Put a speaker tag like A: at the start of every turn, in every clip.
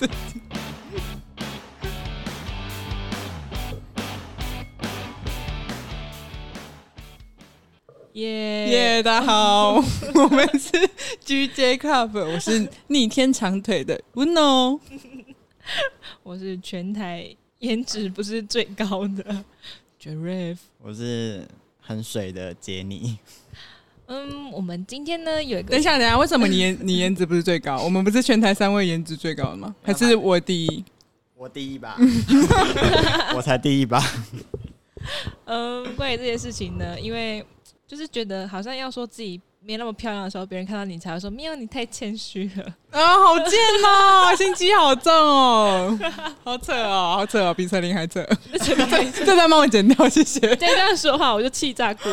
A: 自己。
B: 耶
A: 耶、大家好， 我们是 GJ Club，我是逆天长腿的 Uno。
B: 我是全台颜值不是最高的 Giraffe。
C: 我是很水的杰尼，
B: 嗯，我们今天呢有一个
A: 等一下，等一下，为什么你颜你颜值不是最高？我们不是全台三位颜值最高的吗？还是我第一？
C: 我第一吧， 我才第一吧。
B: 嗯，关于这件事情呢，因为就是觉得好像要说自己没那么漂亮的时候，别人看到你才会说：“没有，你太谦虚 了。
A: 啊，好贱哦， 心机好重哦， 好扯哦，好扯哦，比陈琳还扯。”
B: 这个
A: 这段帮我剪掉，谢谢。
B: 再这样说话，我就气炸 锅。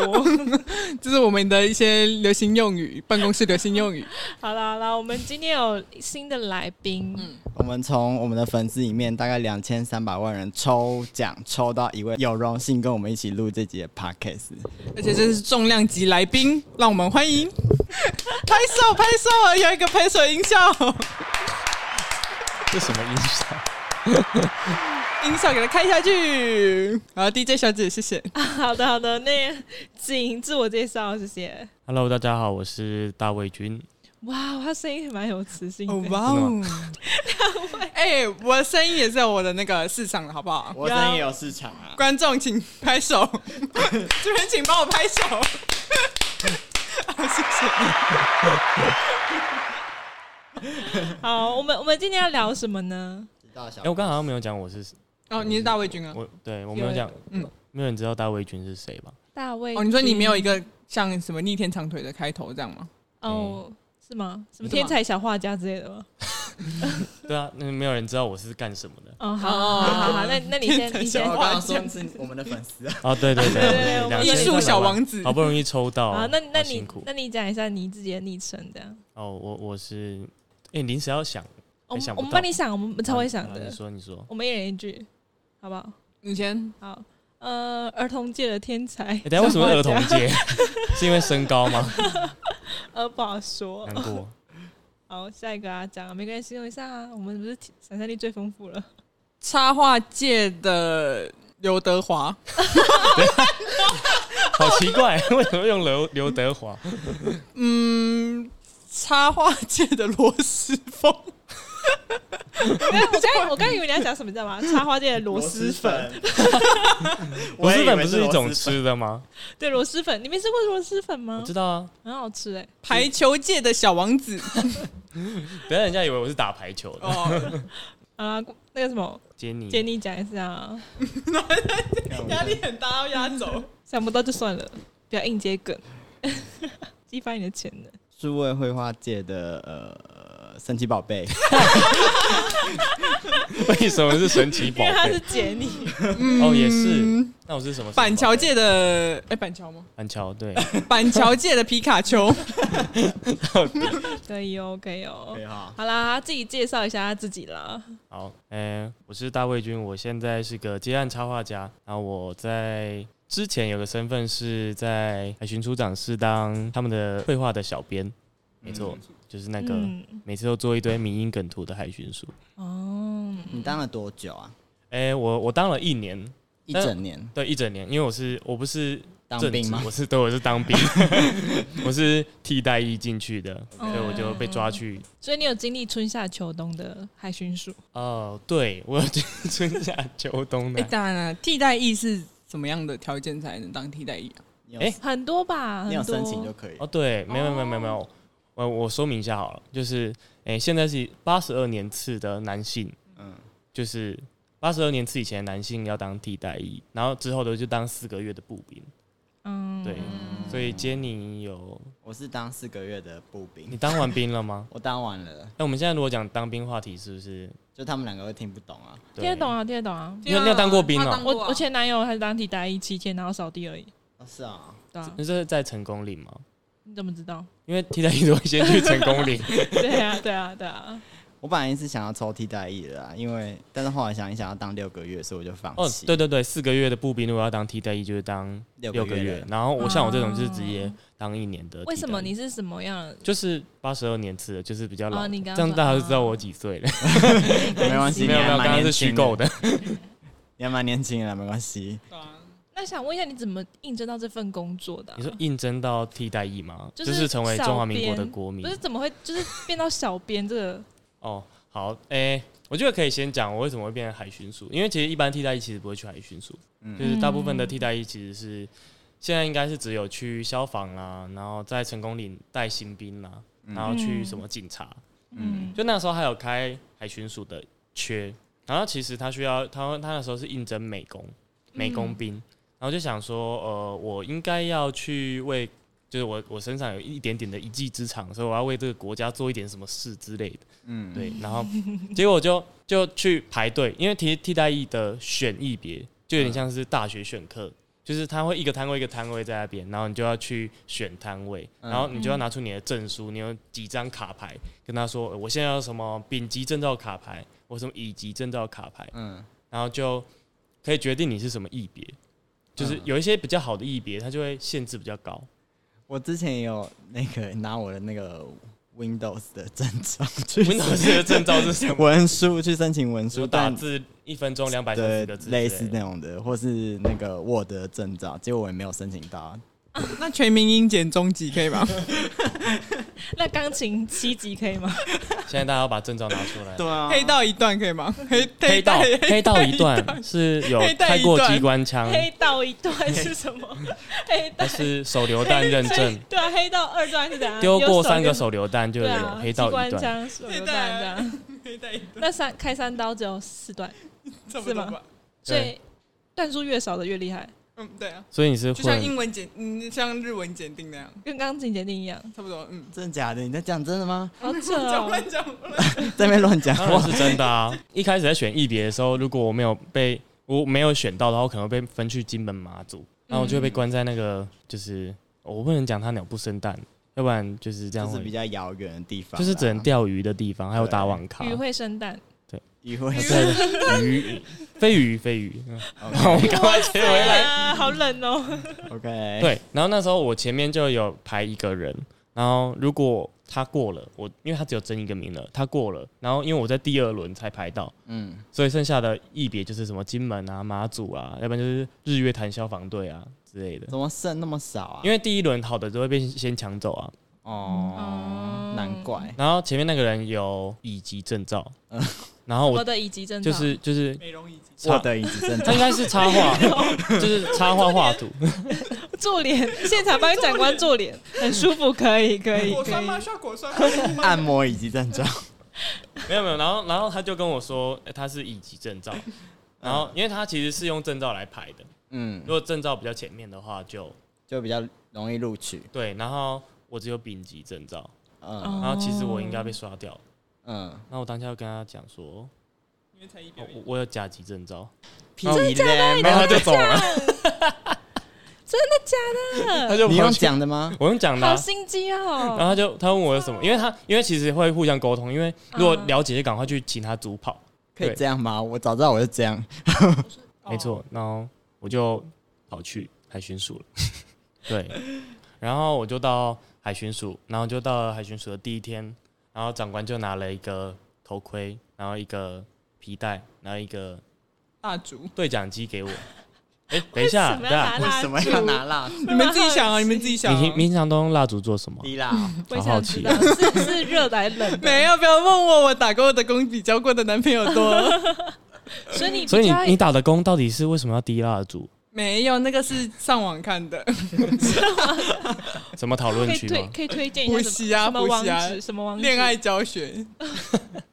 A: 这是我们的一些流行用语，办公室流行用语。
B: 好啦好啦，我们今天有新的来宾，
C: 我们从我们的粉丝里面大概两千三百万人抽奖，抽到一位有荣幸跟我们一起录这集的 podcast。
A: 而且这是重量级来宾，让我们欢迎！拍手，拍手，有一个拍手音效，
D: 这什么音效？
A: 音效给它开下去。好，DJ 小姐，谢谢。
B: 好的好的，那请自我介绍，谢谢。
D: Hello，大家好，我是大卫君。
B: 哇，他声音还蛮有磁性的。
A: 哦哇哦！哎、我的声音也是有我的那个市场的，好不好？
C: 我真也有市场啊！
A: 观众请拍 手，这边请帮我拍手。 好，谢谢。
B: 好，我们我们今天要聊什么呢？
C: 知道小
D: 哎、我刚刚好像没有讲我是
A: 哦，你是大卫君啊？
D: 我，对我没有讲，
A: 嗯
D: 没有人知道大卫君是谁吧？
B: 大卫君，
A: 哦，你说你没有一个像什么逆天长腿的开头这样吗？
B: 哦，是吗？什么
A: 是吗
B: 天才小画家之类的吗？
D: 对啊，那没有人知道我是干什么的。
B: 哦，好好好好，好那那你先，你先
A: 小
C: 我
A: 画
C: 刚
A: 家
C: 刚说是我们的粉丝啊，
D: 哦，对对
B: 对对
D: 对啊
B: 我们
D: 两千
A: 艺术小王子
D: 好不容易抽到，
B: 好，啊那那
D: 好
B: 你
D: 辛苦
B: 那你讲一下你自己的昵称，这样。
D: 哦，我我是，哎、临时要想，
B: 我们
D: 想不
B: 我们
D: 到
B: 帮你想，我们超会想
D: 啊
B: 的
D: 你，说你说，
B: 我们一人一句，好不好？
A: 你先
B: 好，呃，儿童界的天才
D: 哎、，等一下为什么是儿童
B: 小画家？
D: 节？ 是因为身高吗？
B: 呃，不好说
D: 难。过。
B: 好，下一个啊，讲啊，每个人形容一下啊，我们不是想象力最丰富了。
A: 插画界的刘德华，
D: 好奇怪， 为什么用刘刘德华？
A: 嗯，插画界的罗斯峰，
B: 哎我刚我刚以为你要讲什么，你知道吗？插花界的螺蛳粉，，
D: 螺
C: 我也以
D: 蛳
C: 为
D: 粉不
C: 是
D: 是一
C: 螺
D: 种
C: 蛳粉
D: 吃的吗？
B: 对，螺蛳粉，你没吃过螺蛳粉吗
D: 我知？道啊，
B: 很好吃哎、
A: 排球界的小王子。
D: 不要人家以为我是打排球的。
A: 哦，
B: 啊，那个什么，
D: 杰尼，
B: 杰尼讲一下啊，
A: 压力很大，要压轴。
B: 想不到就算了，不要硬接梗， 激发你的潜能。
C: 数位绘画界的呃神奇宝贝，
D: 为什么是神奇宝
B: 因为他是
D: 贝？
B: 杰 尼，
D: 哦，也是。
A: 嗯，
D: 那我是什么？
A: 板桥，界的哎，板桥吗？
D: 板桥对，
A: 板桥界的皮卡丘。
B: 可以哦，可以哦
C: 对。啊哈，
B: 好啦，他自己介绍一下他自己啦。
D: 好，嗯、我是大卫君，我现在是个接案插画家。然后我在之前有个身份是在海巡署长室当他们的绘画的小编，没错，就是那个、
B: 嗯，
D: 每次都做一堆民音梗图的海巡署。
B: 哦，
C: 你当了多久啊？
D: 哎、我我当了一年，
C: 一整年
D: 对，一整年，因为我是我不是
C: 当
D: 正
C: 兵
D: 职
C: 吗？
D: 我是对，我是 当兵， 我是替代役进去的，所以我就被抓去
B: 所以你有经历春夏秋冬的海巡署，
D: 哦，对我有 春夏秋冬
A: 哎，
D: 的，
A: 当然了，替代役是怎么样的条件才能当替代役啊？
C: 你有
D: 哎
B: 很多吧？
C: 你有
B: 很多
C: 申请就可以
D: 哦，对，没有没有没有没
B: 哦
D: 有，我我说明一下好了，就是诶、现在是八十二年次的男性，
C: 嗯，
D: 就是八十二年次以前的男性要当替代役，然后之后的就当四个月的步兵，
B: 嗯，
D: 对，所以杰尼有
C: 我是当四个月的步兵？
D: 你，当完兵了吗
C: 我当完了，
D: 那我们现在如果讲当兵话题，是不是？
C: 就他们两个会听不懂啊。
B: 听得懂啊，听得懂啊。
D: 你有你有当过兵哦
A: 他当过啊
B: 我我前男友他是当替代役期间，然后扫地而已，
C: 哦是啊，
B: 对啊
D: 那。是在成功岭吗？
B: 你怎么知道？
D: 因为替代役都会先去成功岭，
B: 对啊，对啊，对啊。
C: 我本来是想要抽替代役的啦，啊因为但是后来想一想要当六个月，所以我就放
D: 哦，
C: 弃。
D: 对对对，四个月的步兵如果要当替代役，就是当
C: 六个
D: 六个
C: 月
D: 月
C: 的。
D: 然后我像我这种就是直接
B: 哦
D: 当一年的替代
B: 为
D: 役。
B: 什么你是什么样的？
D: 就是八十二年次的，就是比较老的，
B: 哦你刚刚
D: 这样大家
B: 说哦
D: 就知道我几岁了。
C: 没关 系，
D: 没有
C: 你
D: 没
C: 还
D: 有，
C: 蛮
D: 刚刚是
C: 年
D: 虚
C: 轻
D: 构的。
C: 你还蛮年轻的，没关系。
A: 对啊，
B: 那想问一下，你怎么应征到这份工作的啊、
D: 你说应征到替代役吗？
B: 就
D: 就是是成为中华民国
B: 小
D: 的
B: 编
D: 国民
B: 不。是怎么会就是变到小编这个？
D: 哦，好，诶、我觉得可以先讲我为什么会变成海巡署，因为其实一般替代役其实不会去海巡署，
C: 嗯
D: 就是大部分的替代役其实是现在应该是只有去消防啦，然后在成功岭带新兵啦，
C: 嗯
D: 然后去什么警察，
B: 嗯，
D: 就那时候还有开海巡署的缺，然后其实他需要他他那时候是应征美工美工兵，然后就想说呃我应该要去为就是我我身上有一点点的一技之长，所以我要为这个国家做一点什么事之类的，
C: 嗯，
D: 对，然后结果我就就去排队，因为替替代役的选役别就有点像是大学选课。就是他会一个摊位一个摊位在那边，然后你就要去选摊位，
C: 嗯
D: 然后你就要拿出你的证书，你有几张卡牌，跟他说呃我现在要什么丙级证照卡牌，我什么乙级证照卡牌，
C: 嗯
D: 然后就可以决定你是什么役别。就是
C: 嗯
D: 有一些比较好的役别，它就会限制比较 高。
C: 我之前也有那个拿我的那个 Windows 的证照去
D: Windows 的证照是什么？
C: 文书去申请文
D: 就
C: 书，
D: 打
C: 但
D: 字一分钟两百三
C: 对
D: 十个字之
C: 类
D: 类
C: 似那
D: 的。
C: 种的，或是那个 Word 的证照，结果我也没有申请到。
A: 那全民英检中级可以 吗？
B: 那钢琴七级可以吗？
D: 现在大家要把证照拿出来。
C: 啊
A: 黑道一段可以吗？黑
D: 黑道
A: 黑
D: 黑道一段是有开过机关枪，
B: 黑道一段是什么？ 黑道
D: 还是手榴弹认 证
B: 黑，对啊，黑道二段是怎样？
D: 丢
B: 有
D: 过
B: 手
D: 三个
B: 跟
D: 手榴弹就
B: 对
D: 有
B: 啊，
D: 黑道
B: 机
D: 一
B: 关
D: 段。
B: 枪、手榴弹这样。
A: 黑道一段
B: 那三开三刀只有四段，
A: 差不
B: 是
A: 多
B: 吗
A: 吧？
B: 所
D: 对
B: 以段数越少的越厉害，
A: 嗯，对啊，
D: 所以你是
A: 就像
D: 混
A: 英文检，嗯，像日文检定那样，
B: 跟钢琴检定一样。
A: 差不多。嗯，
C: 真的假的？你在讲真的吗？
B: 好扯
A: 讲
B: 哦！
A: 乱讲乱讲。
C: 在那边乱 讲
D: 当然
C: 话。
D: 是真 的啊！一开始在选役别的时候，如果我没有被我没有选到的话，我可能会被分去金门马祖，然后我就会被关在那个，就是我不能讲它鸟不生蛋，要不然就是这样
C: 就是
D: 会，
C: 比较遥远的地
B: 啊
C: 方啦，
D: 就是只能钓鱼的地方，还有
C: 对
D: 打网咖
B: 鱼，会生蛋，
C: 鱼会
D: 对鱼飞鱼飞鱼，嗯
C: OK
D: 我们赶快切回来。
B: 啊，好冷哦！
C: OK，，
D: 对，然后那时候我前面就有排一个人，然后如果他过了，我因为他只有争一个名额，他过了，然后因为我在第二轮才排到，
C: 嗯，
D: 所以剩下的役别就是什么金门啊、马祖啊，要不然就是日月潭消防队啊之类的。
C: 怎么剩那么少啊？
D: 因
C: 为
D: 为第一轮好的都会被先抢走啊，
C: 哦，难怪
D: 然后前面那个人有乙级证照，然后
B: 我
D: 我
B: 的乙级证照
D: 就是就是
A: 美容仪器，
D: 插
C: 嗯我，的椅子真
D: 他
C: 的
D: 应该是插 画，就是插画画图，
B: 做脸，现场帮长官做脸，很舒服，可以，可以，
A: 果
B: 可
A: 酸
B: 以
A: 吗？。需要果酸吗？
C: 按摩椅子 正照，
D: 没有没有，然后然后他就跟我说、欸他是乙级证 照，然后因为他其实是用证照来排的，
C: 嗯
D: 如，果证照比较前面的话就
C: 就比较容易录取，
D: 对，然后我只有丙级证照，
C: 嗯
B: 哦
D: 然后其实我应该被刷掉，
C: 嗯，
D: 然后我当下就跟他讲说，
A: 因为才一
D: 哦
A: 表演
D: 我我有甲级证照，
C: 屁嘞，没
D: 然后他
C: 有
D: 就走了，
B: 真的假
D: 他
B: 的？
D: 就
C: 你
D: 跑
C: 用
D: 去，
C: 讲的吗？
D: 我用讲的啊、
B: 好心机
D: 然
B: 哦！
D: 后他就他问我有什么，因为他因为其实会互相沟通，因为如果
B: 嗯
D: 了解就赶快去请他组跑，
C: 可以
D: 对
C: 这样吗？我早知道我就这样，
B: 哦
D: 没
A: 哦
D: 错，然后我就跑去海 巡署了，对，然后我就到海巡署，然后就到了海巡署的第一天，然后长官就拿了一个头盔，然后一个皮带，然后一个
A: 蜡烛，
D: 对讲 机给我。哎、等一下，
B: 为什
D: 等
B: 么
D: 一
B: 要
D: 下
B: 拿，蜡烛
C: 为什么 要拿蜡？
A: 你们自己想啊，你们自己想
D: 你
A: 啊。
D: 平平常都用蜡烛做什么？
C: 滴蜡，
B: 我也
D: 好好
B: 想
D: 奇啊
B: 知道是 是热的还是冷的？
A: 没有，不要问我，我打过的工比交过的男朋友多。
B: 所以你比
D: 所以
B: 较
D: 你你打的工到底是为什么要滴蜡烛？
A: 没有，那个是上网看的，
D: 什么讨论
B: 可以
D: 区
B: 推
D: 吗？
B: 可以推荐一下
A: 补习啊
B: 什么什么网
A: 补习啊
B: 址什么网址
A: 恋爱教学，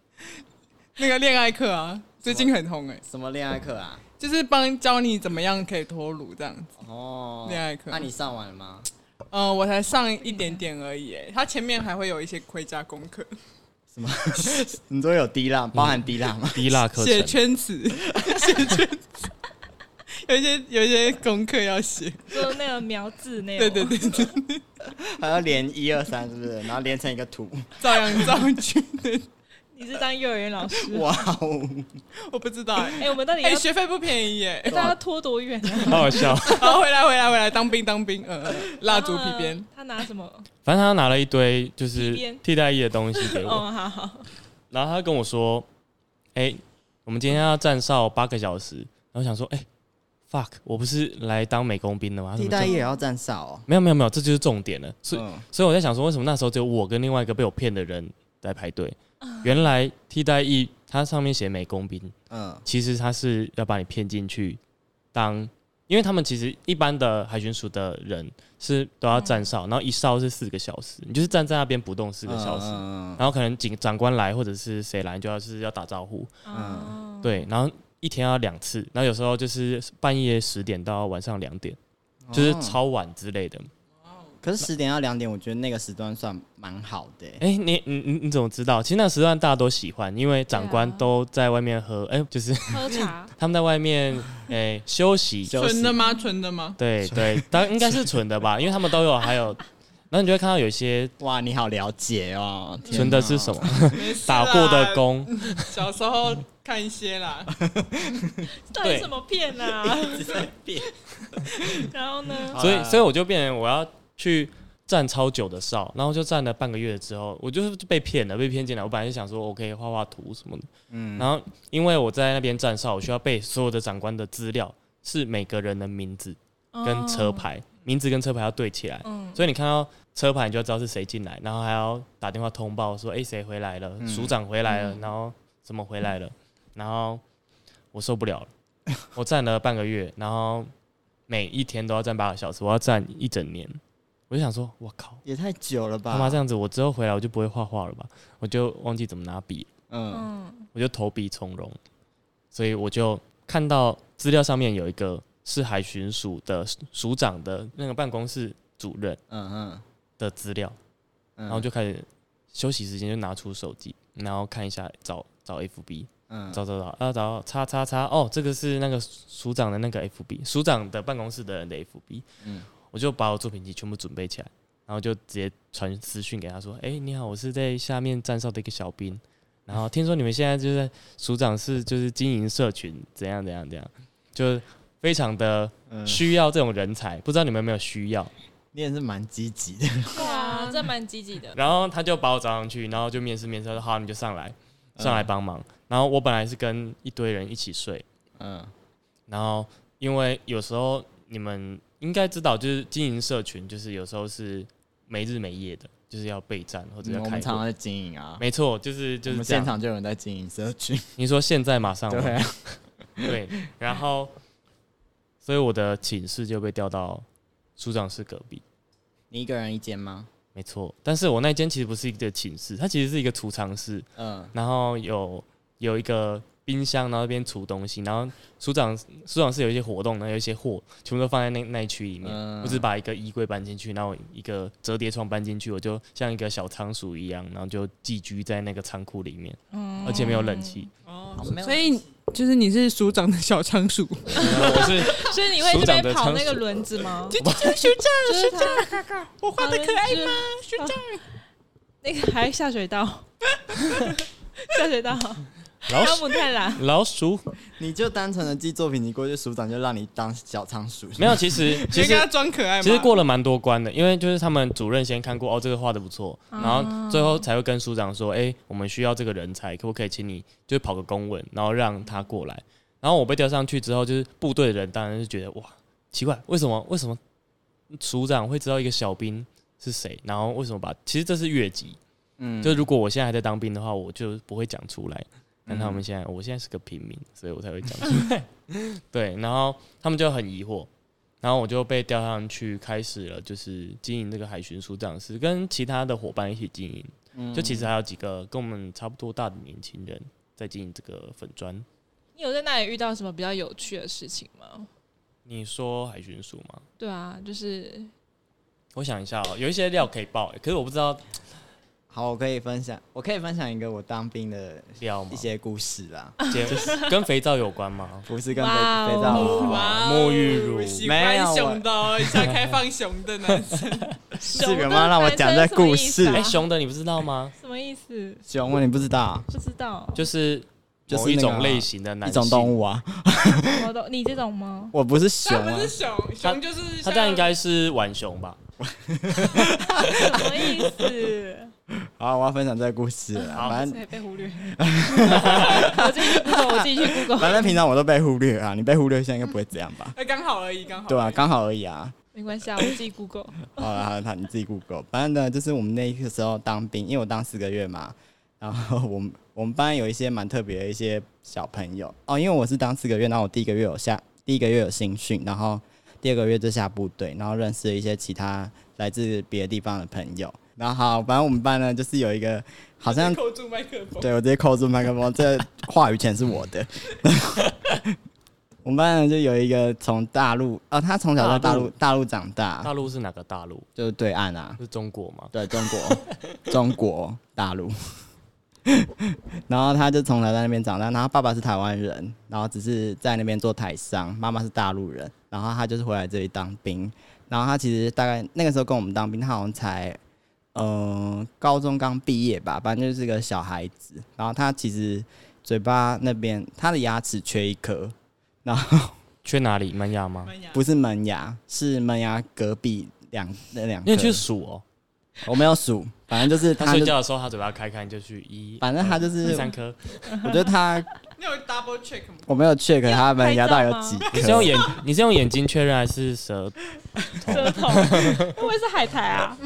A: 那个恋爱课啊，最近很红哎、
C: 什么恋爱课啊？
A: 就是帮教你怎么样可以脱乳这样子。
C: 哦，
A: 恋爱课
C: 那你上完了吗？
A: 嗯、我才上一点点而已、欸，他前面还会有一些回家功课，
C: 你都有滴蜡，包含滴蜡吗？
D: 滴蜡课
A: 写
D: 程。
A: 圈词， 写圈词，有一些有一些功课要写。
B: 做那个描字那
A: 对对对对，
C: 还要连一二三，是不是？然后连成一个图，
A: 照样造句的
B: 你是当幼儿园老师？
C: 哇哦，
A: 我不知道哎、
B: 哎、我们到底要
A: 哎、学费不便宜耶、
B: 大家拖多远啊？
D: 好好笑。
A: 好，回来回来回来，当兵当兵， 呃，蜡烛皮鞭
B: 啊，他拿什么？
D: 反正他拿了一堆就是
B: 皮鞭
D: 替代役的东西给我，
B: 哦，好好，
D: 然后他跟我说：“哎、我们今天要站哨八个小时。”然后我想说：“哎、f u c k 我不是来当美工兵的吗？”啊他怎
C: 替
D: 么
C: 代
D: 就
C: 役也要站哨哦。
D: 没有没有没有，这就是重点了。所以、
C: 嗯
D: 所以我在想说，为什么那时候只有我跟另外一个被我骗的人在排队？
C: 啊
D: 原来替代役他上面写美工兵，
C: 嗯
D: 其实他是要把你骗进去当，因为他们其实一般的海巡署的人是都要站哨，然后一哨是四个小时，你就是站在那边不动四个小时，
C: 嗯嗯嗯嗯
D: 然后可能警长官来或者是谁来，你就要是要打招呼，
B: 哦，
D: 对，然后一天要两次，然后有时候就是半夜十点到晚上两点，就是
C: 哦
D: 超晚之类的。
C: 可是十点到两点，我觉得那个时段算蛮好的欸。
D: 哎、你你你你怎么知道？其实那时段大家都喜欢，因为长官
B: 对啊
D: 都在外面喝，哎、就是
B: 喝茶，
D: 他们在外面哎、休息，
C: 休息
A: 啊纯的吗？纯的吗？
D: 对对，当应该是纯的吧，因为他们都有，还有，然后你就会看到有一些
C: 哇，你好了解哦，天
D: 纯的
C: 哪
D: 是什么
A: 没事啦
D: 打过的，工，
A: 小时候看一些啦，
B: 到底什么片啊？然后呢？
C: 好
D: 所以
C: 啦
D: 所以我就变成我要去站超久的哨，然后就站了半个月之后，我就是被骗了，被骗进来。我本来是想说我可以画画图什么的，嗯，然后因为我在那边站哨，我需要背所有的长官的资料，是每个人的名字跟车牌，名字跟车牌要对起来，
B: 嗯
D: 所以你看到车牌你就知道是谁进来，然后还要打电话通报说，哎、谁回来了，署长回来了，然后怎么回来了，然后我受不了了， 我站了半个月，然后每一天都要站八个小时，我要站一整年，我就想说，我靠，
C: 也太久了吧？
D: 他妈这样子，我之后回来我就不会画画了吧，我就忘记怎么拿笔，
C: 嗯，
B: 嗯，
D: 我就投笔从戎，所以我就看到资料上面有一个是海巡署的署长的那个办公室主任
C: 嗯嗯
D: 的资料。
C: 嗯，
D: 然后就开始休息时间就拿出手机，然后看一下找找 FB，
C: 嗯
D: 找找找啊找到叉叉叉哦，这个是那个署长的那个 FB，署长的办公室的人的 FB，
C: 嗯
D: 我就把我作品集全部准备起来，然后就直接传私讯给他说，哎、你好，我是在下面站哨的一个小兵，然后听说你们现在就在署长室就是经营社群，怎样怎样怎样，就非常的
C: 嗯
D: 需要这种人才，不知道你们有没有需要？
C: 你也是蛮积极的，
B: 对啊，这蛮积极的。
D: 然后他就把我找上去，然后就面试面试，他说好你就上来，上来帮忙。然后我本来是跟一堆人一起睡，
C: 嗯
D: 然后因为有时候你们应该知道，就是经营社群，就是有时候是没日没夜的，就是要备战或者
C: 嗯
D: 要
C: 我
D: 开
C: 们常常
D: 会。
C: 在经营啊，
D: 没错，就是
C: 我
D: 就是
C: 们
D: 这
C: 现
D: 样。
C: 场就有人在经营社群，
D: 你说现在马上吗
C: 对啊，
D: 对，然后所以我的寝室就被调到署长室隔壁。
C: 你一个人一间吗？
D: 没错，但是我那间其实不是一个寝室，它其实是一个储藏室。
C: 嗯
D: 然后有有一个冰箱，然后那边储东西，然后署长署长是有一些活动，然后有一些货全部都放在那那一区里面。
C: 嗯
D: 我只把一个衣柜搬进去，然后一个折叠床搬进去，我就像一个小仓鼠一样，然后就寄居在那个仓库里面，
B: 嗯
D: 而且没有冷气。
A: 哦，
C: 好没有
A: 所以就是你是署长的小仓 鼠，
D: 然后我是
B: 嗯所以你会这边跑那个轮子吗？
A: 就就是署长，
B: 就是他
A: 我画的可爱吗？署长，
B: 那个还下水道， 下水道，
D: 老
B: 阿
D: 鼠
B: 姆太郎，
D: 老鼠，
C: 你就单纯的寄作品集过去，署长就让你当小仓鼠，
D: 没有，其实其
A: 你
D: 实
A: 跟他装可爱吗？
D: 其实过了蛮多关的，因为就是他们主任先看过哦，这个画的不错，然后最后才会跟署长说，哎、我们需要这个人才，可不可以请你就是跑个公文，然后让他过来。然后我被调上去之后，就是部队的人当然是觉得哇，奇怪，为什么为什么署长会知道一个小兵是谁？然后为什么把其实这是越级，
C: 嗯，
D: 就如果我现在还在当兵的话，我就不会讲出来。但他们现在，我现在是个平民，所以我才会讲出来。对，然后他们就很疑惑，然后我就被调上去，开始了就是经营这个海巡署长室，跟其他的伙伴一起经营。就其实还有几个跟我们差不多大的年轻人在经营这个粉砖。
B: 你有在那里遇到什么比较有趣的事情吗？
D: 你说海巡署吗？
B: 对啊，就是
D: 我想一下哦、有一些料可以爆、可是我不知道
C: 好，我可以分享，我可以分享一个我当兵的
D: 料吗
C: 一？些故事啦，
D: 接跟肥皂有 关吗？啊
C: 不是跟肥
B: 哇哦
C: 肥皂有关
A: 哇哦，
D: 沐浴乳
A: 喜
C: 没
A: 欢
C: 有我啊
A: 熊的哦，一下开放熊的男生，
C: 这个吗？让我讲这故事
B: 熊的诞生什么意思啊
D: 哎、熊的你不知道吗？
B: 什么意思？
C: 熊问你不知道啊，
B: 不知道，
D: 就是
C: 就是
D: 某一
C: 那
D: 种
C: 个
D: 类型的男
C: 一
D: 性
C: 种动物啊，
B: 我都你这种吗？
C: 我不是熊
A: 它
C: 啊
A: 不，是熊，熊就是
D: 他这样应该是浣熊吧？
B: 什么意思？
C: 好，我要分享这个故事了。
D: 好
C: 反正
B: 所以被忽 略。我自己去 Google，我自己去 Google，
C: 反正平常我都被忽略啊，你被忽略现在应该不会这样吧？
A: 哎，刚好而已，刚好
C: 对啊，刚好而已啊。
B: 没关系啊，我自己 Google。
C: 好了，好了，你自己 Google。反正呢，就是我们那个时候当兵，因为我当四个月嘛，然后我们 我们班有一些蛮特别的一些小朋友哦，因为我是当四个月，然后我第一个月有下第一个月有新训，然后第二个月就下部队，然后认识了一些其他来自别的地方的朋友。然后好，反正我们班呢，就是有一个好像
A: 扣住麦克风，
C: 对我直接扣住麦克风，这话语权是我 的。我们班呢就有一个从大陆啊、他从小在大陆大陆长大，
D: 大陆是哪个大陆？
C: 就是对岸啊，
D: 是中国吗？
C: 对中国 中国大陆。 然后他就从小在那边长大，然后爸爸是台湾人，然后只是在那边做台商，妈妈是大陆人，然后他就是回来这里当兵，然后他其实大概那个时候跟我们当兵，他好像才嗯、呃高中刚毕业吧，反正就是个小孩子。然后他其实嘴巴那边他的牙齿缺一颗，然后
D: 缺哪里？门牙吗？
A: 门牙
C: 不是门牙，是门牙隔壁两那两
D: 你
C: 颗
D: 有。去数哦。
C: 我没有数，反正就是
D: 他
C: 他
D: 睡
C: 就
D: 觉的时候，他嘴巴开开，你就去一，
C: 反正他就
D: 第
C: 是，
D: 三颗。
C: 我觉得他
A: 你有 double check 吗？
C: 我没有 check 他们牙到底有几
D: 你是用
C: 颗，
D: 眼，你是用眼睛确认还是舌？
B: 舌头，会不会是海苔 啊？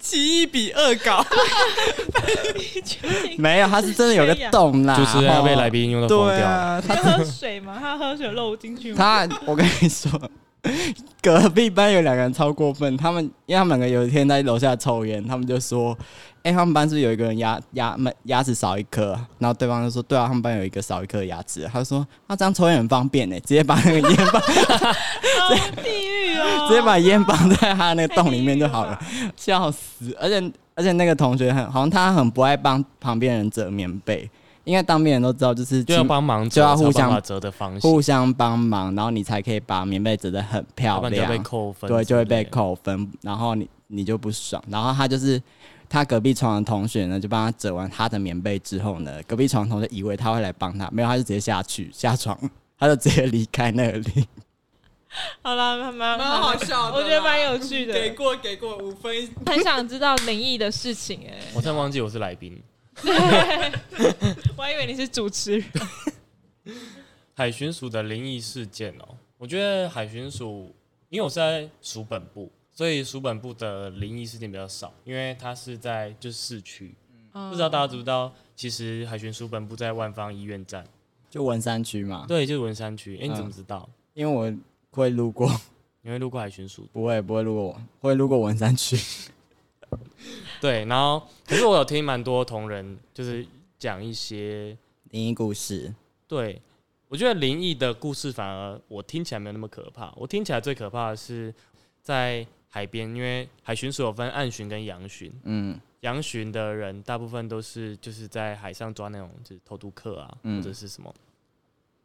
A: 奇异比恶搞，
B: 你确定？
C: 没有，他是真的有个洞啦，
D: 主持人要被来
C: 宾
D: 宾用的疯
C: 啊对
D: 掉了。
C: 啊，
B: 他喝水吗？他喝水漏进去吗？
C: 他我跟你说，隔壁班有两个人超过分，他们因为他们两个有一天在楼下抽烟，他们就说，哎、他们班是不是有一个人牙牙门牙齿少一颗啊，然后对方就说，对啊，他们班有一个少一颗牙齿，他就说，那、这样抽烟很方便呢、直接把那个烟放，
B: 好地狱哦！
C: 直接把烟放在他那个洞里面就好了
B: 太。地狱吧。
C: 笑死！而且而且那个同学很好像他很不爱帮旁边人折棉被，应该当面人都知道，就是
D: 就要帮忙折，
C: 就要互相
D: 才有办法折的方式，
C: 互相帮忙，然后你才可以把棉被折得很漂
D: 要不然就
C: 亮
D: 会被，扣分，
C: 对，就会被。扣分，然后你你就不爽，然后他就是。他隔壁床的同学呢，就帮他折完他的棉被之后呢，隔壁床的同学以为他会来帮他，没有，他就直接下去下床，他就直接离开那里。
B: 好了，还蛮
A: 蛮好笑的啦
B: 我觉得蛮有趣的。
A: 给过给过五分，
B: 很想知道灵异的事情 哎、
D: 我真忘记我是来宾。
B: 我还以为你是主持人。
D: 海巡署的灵异事件哦，我觉得海巡署，因为我是在署本部，所以署本部的灵异事件比较少，因为它是在就是市区。不知道大家知不知道，其实海巡署本部在万方医院站，
C: 就文山区嘛，
D: 对，就是文山区。哎、你怎么
C: 啊嗯
D: 知道？
C: 因为我会路过，
D: 你会路过海巡署？
C: 不会不会路过我，会路过文山区。
D: 对，然后可是我有听蛮多同仁就是讲一些
C: 灵异故事，
D: 对，我觉得灵异的故事反而我听起来没有那么可怕。我听起来最可怕的是在海边，因为海巡署有分暗巡跟洋巡，
C: 嗯
D: 洋巡的人大部分都是就是在海上抓那种就是偷渡客啊，
C: 嗯
D: 或者是什么。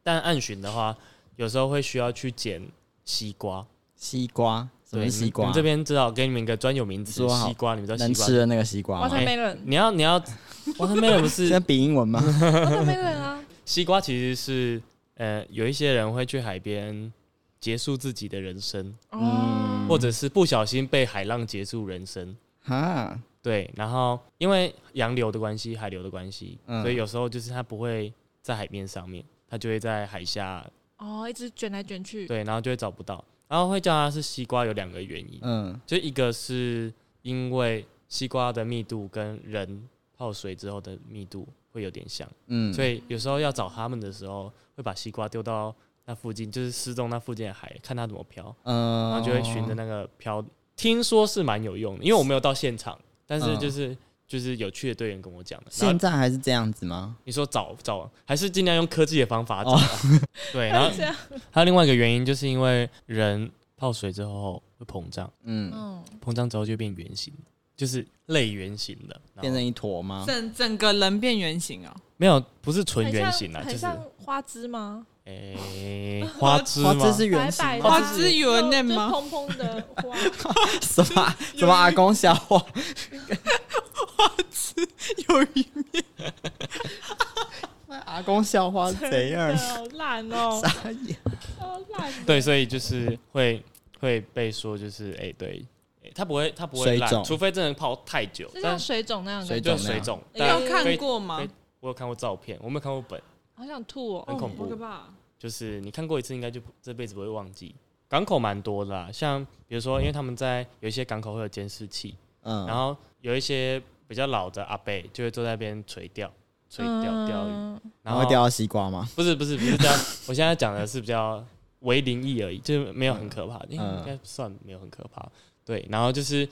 D: 但暗巡的话，有时候会需要去捡西瓜。，
C: 西瓜，什么
D: 对，
C: 是
D: 你
C: 西
D: 们
C: 瓜？
D: 你们这边知道，给你们一个专有名词，
C: 说好
D: 西瓜，你们知道
C: 能
D: 西
C: 吃
D: 瓜？
C: 的那个西瓜吗？
B: Watermelon，
D: 你要你要 ，watermelon 不
C: 是在
D: 是
C: 比英 文吗？
B: Watermelon 啊，
D: 西瓜，其实是呃，有一些人会去海边结束自己的人生。
B: 哦
C: 嗯
D: 或者是不小心被海浪结束人生。
C: 哈，
D: 对，然后因为洋流的关系、海流的关系，
C: 嗯
D: 所以有时候就是它不会在海面上面，它就会在海下，
B: 哦，一直卷来卷去，
D: 对，然后就会找不到。然后会叫它是西瓜，有两个原因，
C: 嗯
D: 就一个是因为西瓜的密度跟人泡水之后的密度会有点像，
C: 嗯，
D: 所以有时候要找它们的时候，会把西瓜丢到那附近，就是失踪那附近的海，看它怎么飘。
C: 嗯，
D: 然后就会循着那个漂，听说是蛮有用的，因为我没有到现场，但是
C: 嗯
D: 就是、就是有趣的队员跟我讲的。然
C: 现
D: 后
C: 在还是这样子吗？
D: 你说找找，还是尽量用科技的方法找
C: 哦
D: 啊。对，然后
B: 这样，
D: 还有另外一个原因，就是因为人泡水之后会膨胀，哦
C: 嗯，
B: 嗯，
D: 膨胀之后就变圆形，就是类圆形的，然后
C: 变成一坨吗？
A: 整整个人变圆形哦，
D: 没有不是纯
B: 很
D: 圆
B: 像
D: 形啊，就
B: 很
D: 是
B: 像花枝吗？
D: 诶、花枝
C: 花
D: 吗？
C: 枝是原
B: 白
C: 型
B: 白的
C: 吗
A: 花
B: 就是
A: 枝有人念
B: 就
A: 吗
B: 蓬蓬的花，
C: 什么 啊什么阿公笑话？
A: 有鱼
C: 阿公笑话是怎样
B: 真的？好烂 哦，
C: 傻眼。
B: 好烂。哦
D: 对，所以就是会会被说就是哎、对，哎它不会它不会
C: 水
D: 烂，
C: 肿
D: 除非真的泡太久
B: 就，像
D: 但
B: 水肿那样的
C: 水
B: 感觉，
D: 就是水肿。
B: 那
A: 你
B: 样
D: 但
A: 有看过吗？
D: 非我有看过照片，我没有看过本，
B: 好想吐哦，
D: 很恐怖
B: 好可怕。
D: 就是你看过一次，应该就不这辈子不会忘记。港口蛮多的啦，像比如说，因为他们在有一些港口会有监视器，
C: 嗯，
D: 然后有一些比较老的阿伯就会坐在那边垂钓、垂钓钓鱼，
B: 嗯
D: 然
C: 然后
D: 后
C: 会掉到西瓜吗？
D: 不是不是不是这样，我现在讲的是比较为灵异而已，就是没有很可怕，应
C: 嗯
D: 应该算没有很可怕。对，然后就是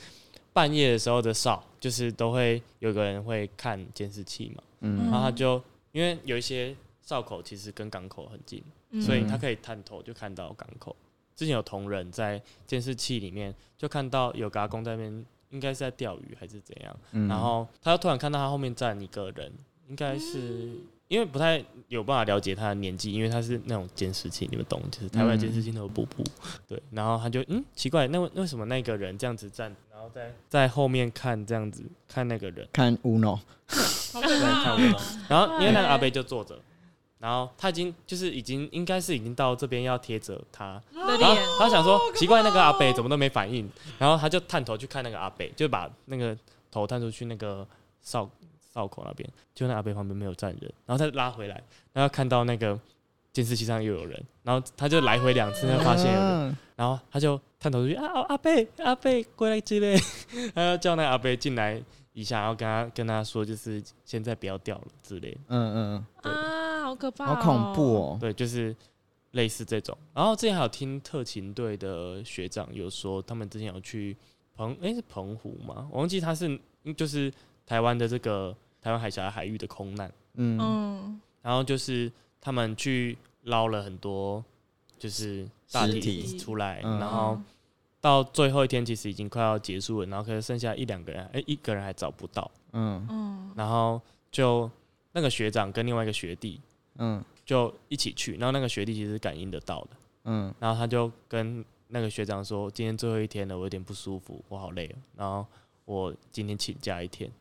D: 半夜的时候的哨，就是都会有个人会看监视器嘛，
C: 嗯
D: 然后他就因为有一些哨口其实跟港口很近，
B: 嗯
D: 所以他可以探头就看到港口。之前有同仁在监视器里面就看到有个阿公在那边，应该是在钓鱼还是怎样，
C: 嗯
D: 然后他突然看到他后面站一个人，应该是、因为不太有办法了解他的年纪，因为他是那种监视器，你们懂，就是台湾的监视器都有布布，对。然后他就嗯奇怪，那为为什么那个人这样子站，然后在在后面看这样子看那个人，
C: 看 Uno，
A: 好可
D: 对，
A: 怕
D: 看
A: 哦
D: 不懂。然后因为那个阿贝就坐着，然后他已经就是已经应该是已经到这边要贴着他，
B: 的
D: 然后
B: 脸，
D: 他想说奇怪那个阿北怎么都没反应，然后他就探头去看那个阿北，就把那个头探出去那个哨哨口那边，就那阿北旁边没有站人，然后再拉回来，然后看到那个监视器上又有人，然后他就来回两次，他发现有人，
C: 嗯
D: 然后他就探头出去啊阿贝阿贝过来之类， 他就叫那个阿北进来一下，然后跟他跟他说就是现在不要掉了之类的，
C: 嗯
D: 对
B: 啊，好可怕，
C: 嗯，好恐怖
B: 哦。
C: 哦。
D: 对，就是类似这种。然后之前还有听特勤队的学长有说，他们之前有去澎，诶，是澎湖吗？我忘记他是就是台湾的这个台湾海峡海域的空难，
C: 嗯，
B: 嗯，
D: 然后就是他们去捞了很多就是大
C: 尸
D: 体
C: 体
D: 出来，
C: 嗯
D: 然后到最后一天其实已经快要结束了，然后可能剩下一两个人，诶，一个人还找不到，
C: 嗯
B: 嗯，
D: 然后就那个学长跟另外一个学弟
C: 嗯
D: 就一起去，然后那个学弟其实是感应得到的。
C: 嗯
D: 然后他就跟那个学长说：“今天最后一天了，我有点不舒服，我好累哦。然后我今天请假一天。”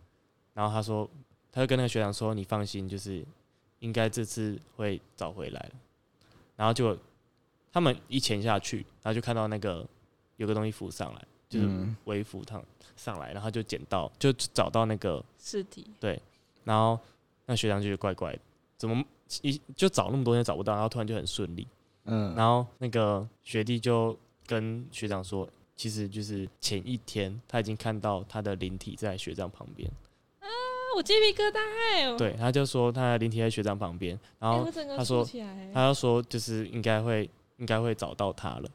D: 然后他说，他就跟那个学长说：“你放心，就是应该这次会找回来了。”然后就他们一潜下去，然后就看到那个有个东西浮上来，就是
C: 嗯
D: 微浮上上来，然后就捡到，就找到那个
B: 尸体，
D: 然后那学长就觉得怪怪的，怎么一就找那么多天找不到，然后突然就很顺利。
C: 嗯，
D: 然后那个学弟就跟学长说，其实就是前一天他已经看到他的灵体在学长旁边，
B: 啊，我鸡皮疙瘩哎，
D: 对，他就说他的灵体在学长旁边，然
B: 哎，
D: 后
B: 我整个
D: 他
B: 竖
D: 说
B: 起来，
D: 他就说就是应该会应该会找到他了，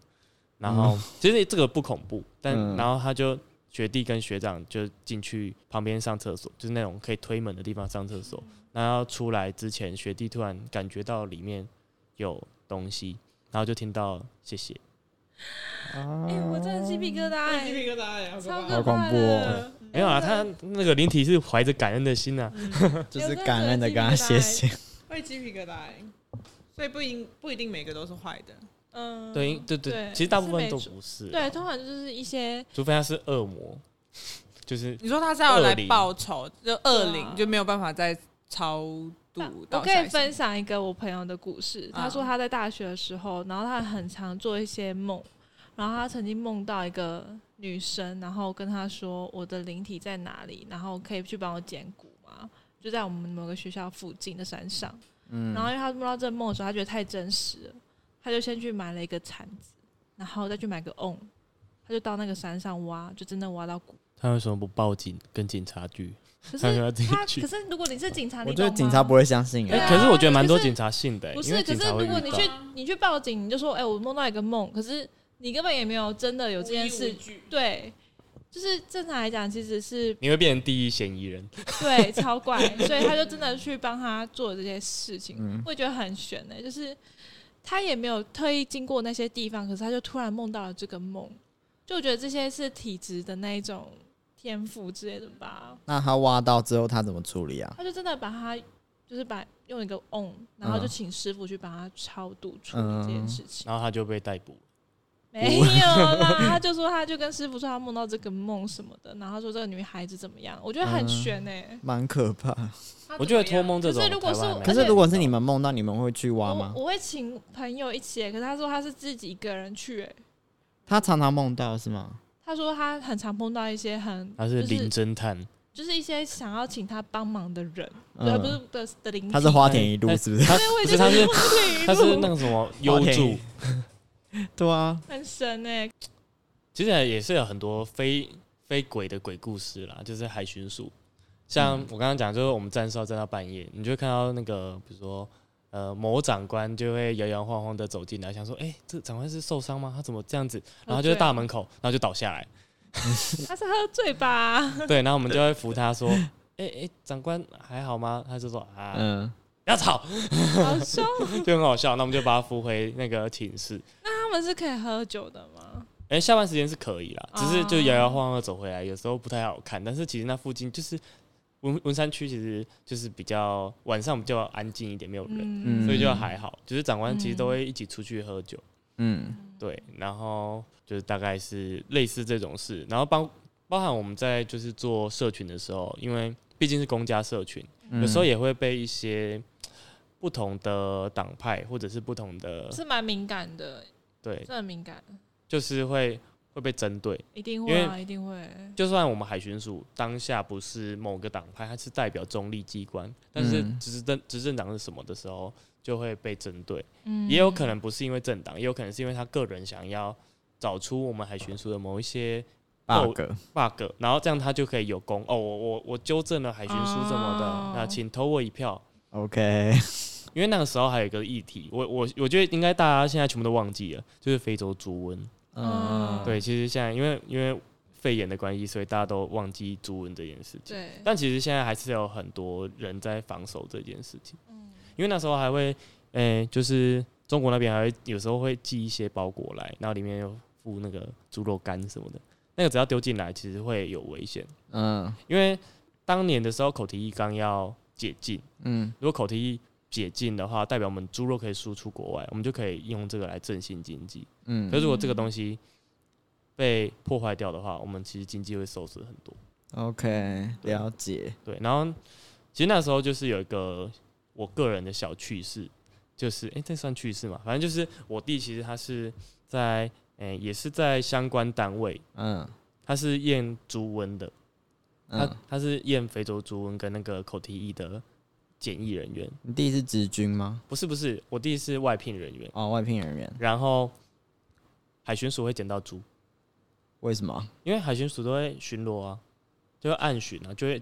D: 然后、其实这个不恐怖，但、
C: 嗯
D: 然后他就。学弟跟学长就进去旁边上厕所，就是那种可以推门的地方上厕所。那要出来之前，学弟突然感觉到里面有东西，然后就听到谢谢，
B: 哎，我真的鸡皮疙瘩
A: 鸡
B: 哎，
A: 皮疙瘩哎，好可
B: 超
A: 怕
B: 可
C: 好恐
B: 怕
C: 怖
B: 的
C: 哦，
D: 没有啊，他那个灵体是怀着感恩的心啊呐、
B: 嗯
C: 就是感恩的跟他谢谢。
A: 会鸡皮疙瘩欸，所以不一定不一定每个都是坏的。
B: 嗯，
D: 对对对，
B: 对
D: 其实大部分都
B: 是
D: 不是，啊
B: 对，，通常就是一些
D: 除非他是恶魔，就是
A: 你说他是要来
D: 恶灵
A: 报仇，就恶
B: 对啊
A: 灵就没有办法再超度
B: 我
A: 到
B: 可
A: 下
B: 以
A: 一次。
B: 分享一个我朋友的故事。他
A: 啊
B: 说他在大学的时候，然后他很常做一些梦，然后他曾经梦到一个女生，然后跟他说我的灵体在哪里，然后可以去帮我捡骨吗？就在我们某个学校附近的山上。然后因为他梦到这个梦的时候，他觉得太真实了，他就先去买了一个铲子，然后再去买个瓮，他就到那个山上挖，就真的挖到骨。
D: 他为什么不报警跟警察局？
B: 可
D: 他为什么
B: 是
D: 要自己
B: 他，
D: 去
B: 可是如果你是警察，你
C: 我觉得
B: 懂
C: 警
B: 吗
C: 察不会相信
E: 欸
D: 哎、
B: 对啊
C: 哎。
D: 可是我觉得蛮多
B: 可是
D: 警察信的、
B: 不
D: 因为
B: 是，可
D: 警
B: 是
D: 察会
B: 如
D: 遇到
B: 果你去你去报警，你就说，哎、我梦到一个梦，可是你根本也没有真的有这件
A: 无依
B: 事
A: 无，据
B: 对，就是正常来讲，其实是
D: 你会变成第一嫌疑人。
B: 对超怪，所以他就真的去帮他做这些事情，
C: 嗯
B: 我也觉得很悬呢、欸就是他也没有特意经过那些地方，可是他就突然梦到了这个梦，就我觉得这些是体质的那一种天赋之类的吧，
C: 那他挖到之后他怎么处理啊？
B: 他就真的把它就是把用一个 on，然后就
C: 嗯
B: 请师傅去帮他超度处
D: 嗯
B: 理这件事情。
D: 然后他就被逮捕。
B: 没有 啦，他就说他就跟师傅说他梦到这个梦什么的，然后说这个女孩子怎么样，我觉得很
E: 嗯
B: 悬哎、
E: 蛮可怕。
B: 她
D: 我
B: 怎
D: 觉得
B: 么
D: 托
B: 样
D: 梦这
B: 可是
D: 种
B: 如果
D: 台
B: 是
D: 湾
B: 我
D: 还
E: 可
B: 而
E: 是
B: 且
E: 如果是你们梦到，你们会去挖吗
B: 我？我会请朋友一起欸、可是他说他是自己一个人去、欸，
E: 他常常梦到是吗？
B: 他说他很常碰到一些很
D: 他是
B: 就是
D: 零侦探，
B: 就是一些想要请他帮忙的人，对，啊不
E: 嗯，
B: 是的的灵体，
E: 他是花田一路是不是？
D: 他
B: 对，我
D: 不
B: 也
D: 是
B: 觉
D: 他
B: 得
D: 是
B: 花田一
D: 他是
B: 路
D: 那个什么哎 幽
E: 花田
D: 助
E: 一， 对啊，
B: 很神哎、
D: 其实也是有很多非非鬼的鬼故事啦，就是海巡署。像我刚刚讲，就是我们站哨站到半夜，你就会看到那个，比如说，呃，某长官就会摇摇晃晃的走进来，想说，哎、这长官是受伤吗？他怎么这样子？然后就在大门口，然后就倒下来。
B: 他是喝醉吧？
D: 对，然后我们就会扶他说，哎、哎、长官还好吗？他就说啊，
E: 嗯，
D: 不要吵，
B: 好凶！
D: 就很好笑。那我们就把他扶回那个寝室。
B: 他们是可以喝酒的吗？
D: 哎、下班时间是可以啦，
B: 哦
D: 只是就摇摇晃晃地走回来，有时候不太好看。但是其实那附近就是文文山区，其实就是比较晚上比较安静一点，没有人，
B: 嗯
D: 所以就还好。就是长官其实
B: 嗯
D: 都会一起出去喝酒，
E: 嗯，
D: 对，然后就是大概是类似这种事。然后包包含我们在就是做社群的时候，因为毕竟是公家社群，
C: 嗯
E: 嗯
D: 有时候也会被一些不同的党派或者是不同的
B: 是蛮敏感的，
D: 对，
B: 真的敏感，
D: 就是会会被针对。
B: 一定会
D: 因
B: 啊，一定会。
D: 就算我们海巡署当下不是某个党派，它是代表中立机关，但是
E: 嗯
D: 执政执政党是什么的时候，就会被针对。
B: 嗯
D: 也有可能不是因为政党，也有可能是因为他个人想要找出我们海巡署的某一些
E: 嗯 bug，
D: bug，然后这样他就可以有功。哦，我我我纠正了海巡署什么的，
B: 哦
D: 那请投我一票。
C: OK，
D: 因为那个时候还有一个议题，我我我觉得应该大家现在全部都忘记了，就是非洲猪瘟。
E: 嗯，
D: 对，其实现在因为因为肺炎的关系，所以大家都忘记猪瘟这件事情。
B: 对，
D: 但其实现在还是有很多人在防守这件事情，
B: 嗯
D: 因为那时候还会，诶、就是中国那边还会有时候会寄一些包裹来，然后里面有附那个猪肉干什么的，那个只要丢进来，其实会有危险，
E: 嗯
D: 因为当年的时候口蹄疫刚要解禁，
E: 嗯
D: 如果口蹄疫解禁的话，代表我们猪肉可以输出国外，我们就可以用这个来振兴经济。
E: 嗯
D: 可是如果这个东西被破坏掉的话，我们其实经济会受损很多。
E: ，OK，
C: 了解。
D: 对，然后其实那时候就是有一个我个人的小趣事，就是哎、诶这算趣事嘛？反正就是我弟其实他是在哎、诶也是在相关单位，
E: 嗯
D: 他是验猪瘟的，他、
E: 嗯，
D: 他是验非洲猪瘟跟那个口蹄疫的检疫人员，
E: 你弟是直军吗？
D: 不是不是，我弟是外聘人员，
E: 哦，外聘人员，
D: 然后海巡署会捡到猪，
E: 为什么
D: 因为海巡署都会巡逻啊，就会暗巡啊，就会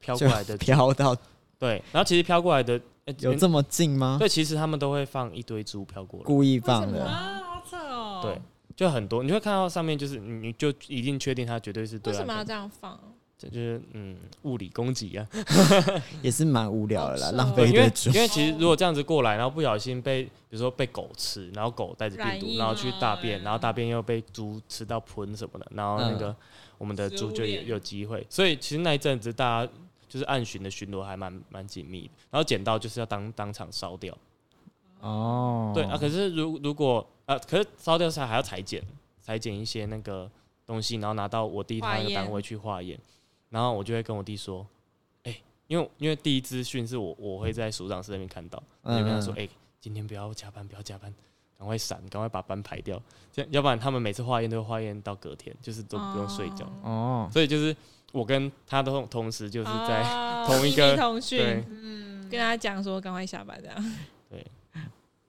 D: 飘过来的猪，
E: 飘到
D: 对，然后其实飘过来的。诶
E: 有这么近吗？
D: 对，其实他们都会放一堆猪飘过来，
E: 故意放
B: 为什么
E: 的，
B: 啊，好扯哦。
D: 对，就很多，你会看到上面就是，你你就一定确定它绝对是对
B: 为
D: 岸
B: 什么要
D: 的，
B: 这样放？
D: 这就是嗯物理攻击啊。
E: 也是蛮无聊的啦，
B: 好吃哦
E: 浪
D: 对，
E: 费
D: 因
E: 一堆
D: 为
E: 猪
D: 因。为其实如果这样子过来，然后不小心被比如说被狗吃，然后狗带着病
B: 染
D: 毒，
B: 疫
D: 然后去大
B: 嘛
D: 便，然后大便又被猪吃到喷什么的，然后那个我们的
B: 食
D: 猪
B: 物
D: 就有
B: 链
D: 有机会。所以其实那一阵子大家就是暗巡的巡逻还蛮蛮紧密的，然后捡到就是要当当场烧掉。
E: 哦，
D: 对啊，可是如如果啊，可是烧掉下还要裁剪，裁剪一些那个东西，然后拿到我弟他那
B: 化
D: 个
B: 验
D: 单位去化验，然后我就会跟我弟说，哎、因为因为第一资讯是我我会在署长室那边看到，我
B: 嗯
D: 就跟他说，哎、今天不要加班，不要加班。赶快闪，赶快把班排掉，这样要不然他们每次化验都会化验到隔天，就是都不用睡觉。
B: 哦
E: 哦，
D: 所以就是我跟他都同时就是在、
B: 哦
D: 同一个
B: 秘密通讯嗯
D: 对，
B: 跟他讲说赶快下班这样，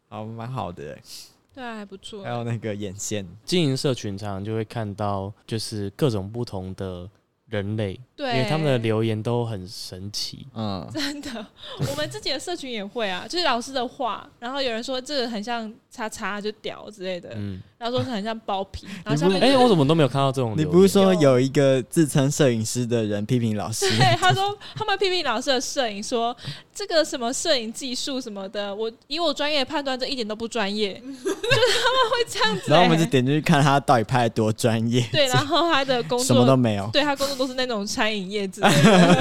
E: 好，蛮好的。
B: 对啊，还不错
E: 还。有那个眼线，
D: 经营社群，常常就会看到就是各种不同的人类，
B: 对，
D: 因为他们的留言都很神奇。
E: 嗯，
B: 真的，我们自己的社群也会啊，就是老师的话，然后有人说这个很像叉叉就屌之类的，
D: 嗯，
B: 然后说很像包 皮，然后
E: 你
B: 下
E: 不
B: 面
E: 是
D: 哎、我怎么都没有看到这种留
E: 你
D: 言？
E: 不是说
B: 有
E: 有一个自称摄影师的人批评 老师？
B: 对，他说他们批评老师的摄影说，这个什么摄影技术什么的，我以我专业判断，这一点都不专 业，就是他们会这样子、
E: 然后我们就
B: 欸
E: 点进去看他到底拍的多专业，
B: 对，然后他的工
E: 什么
D: 哦
E: 都
B: 作，
E: 没有。
B: 对他工作都是那种餐饮业之类的，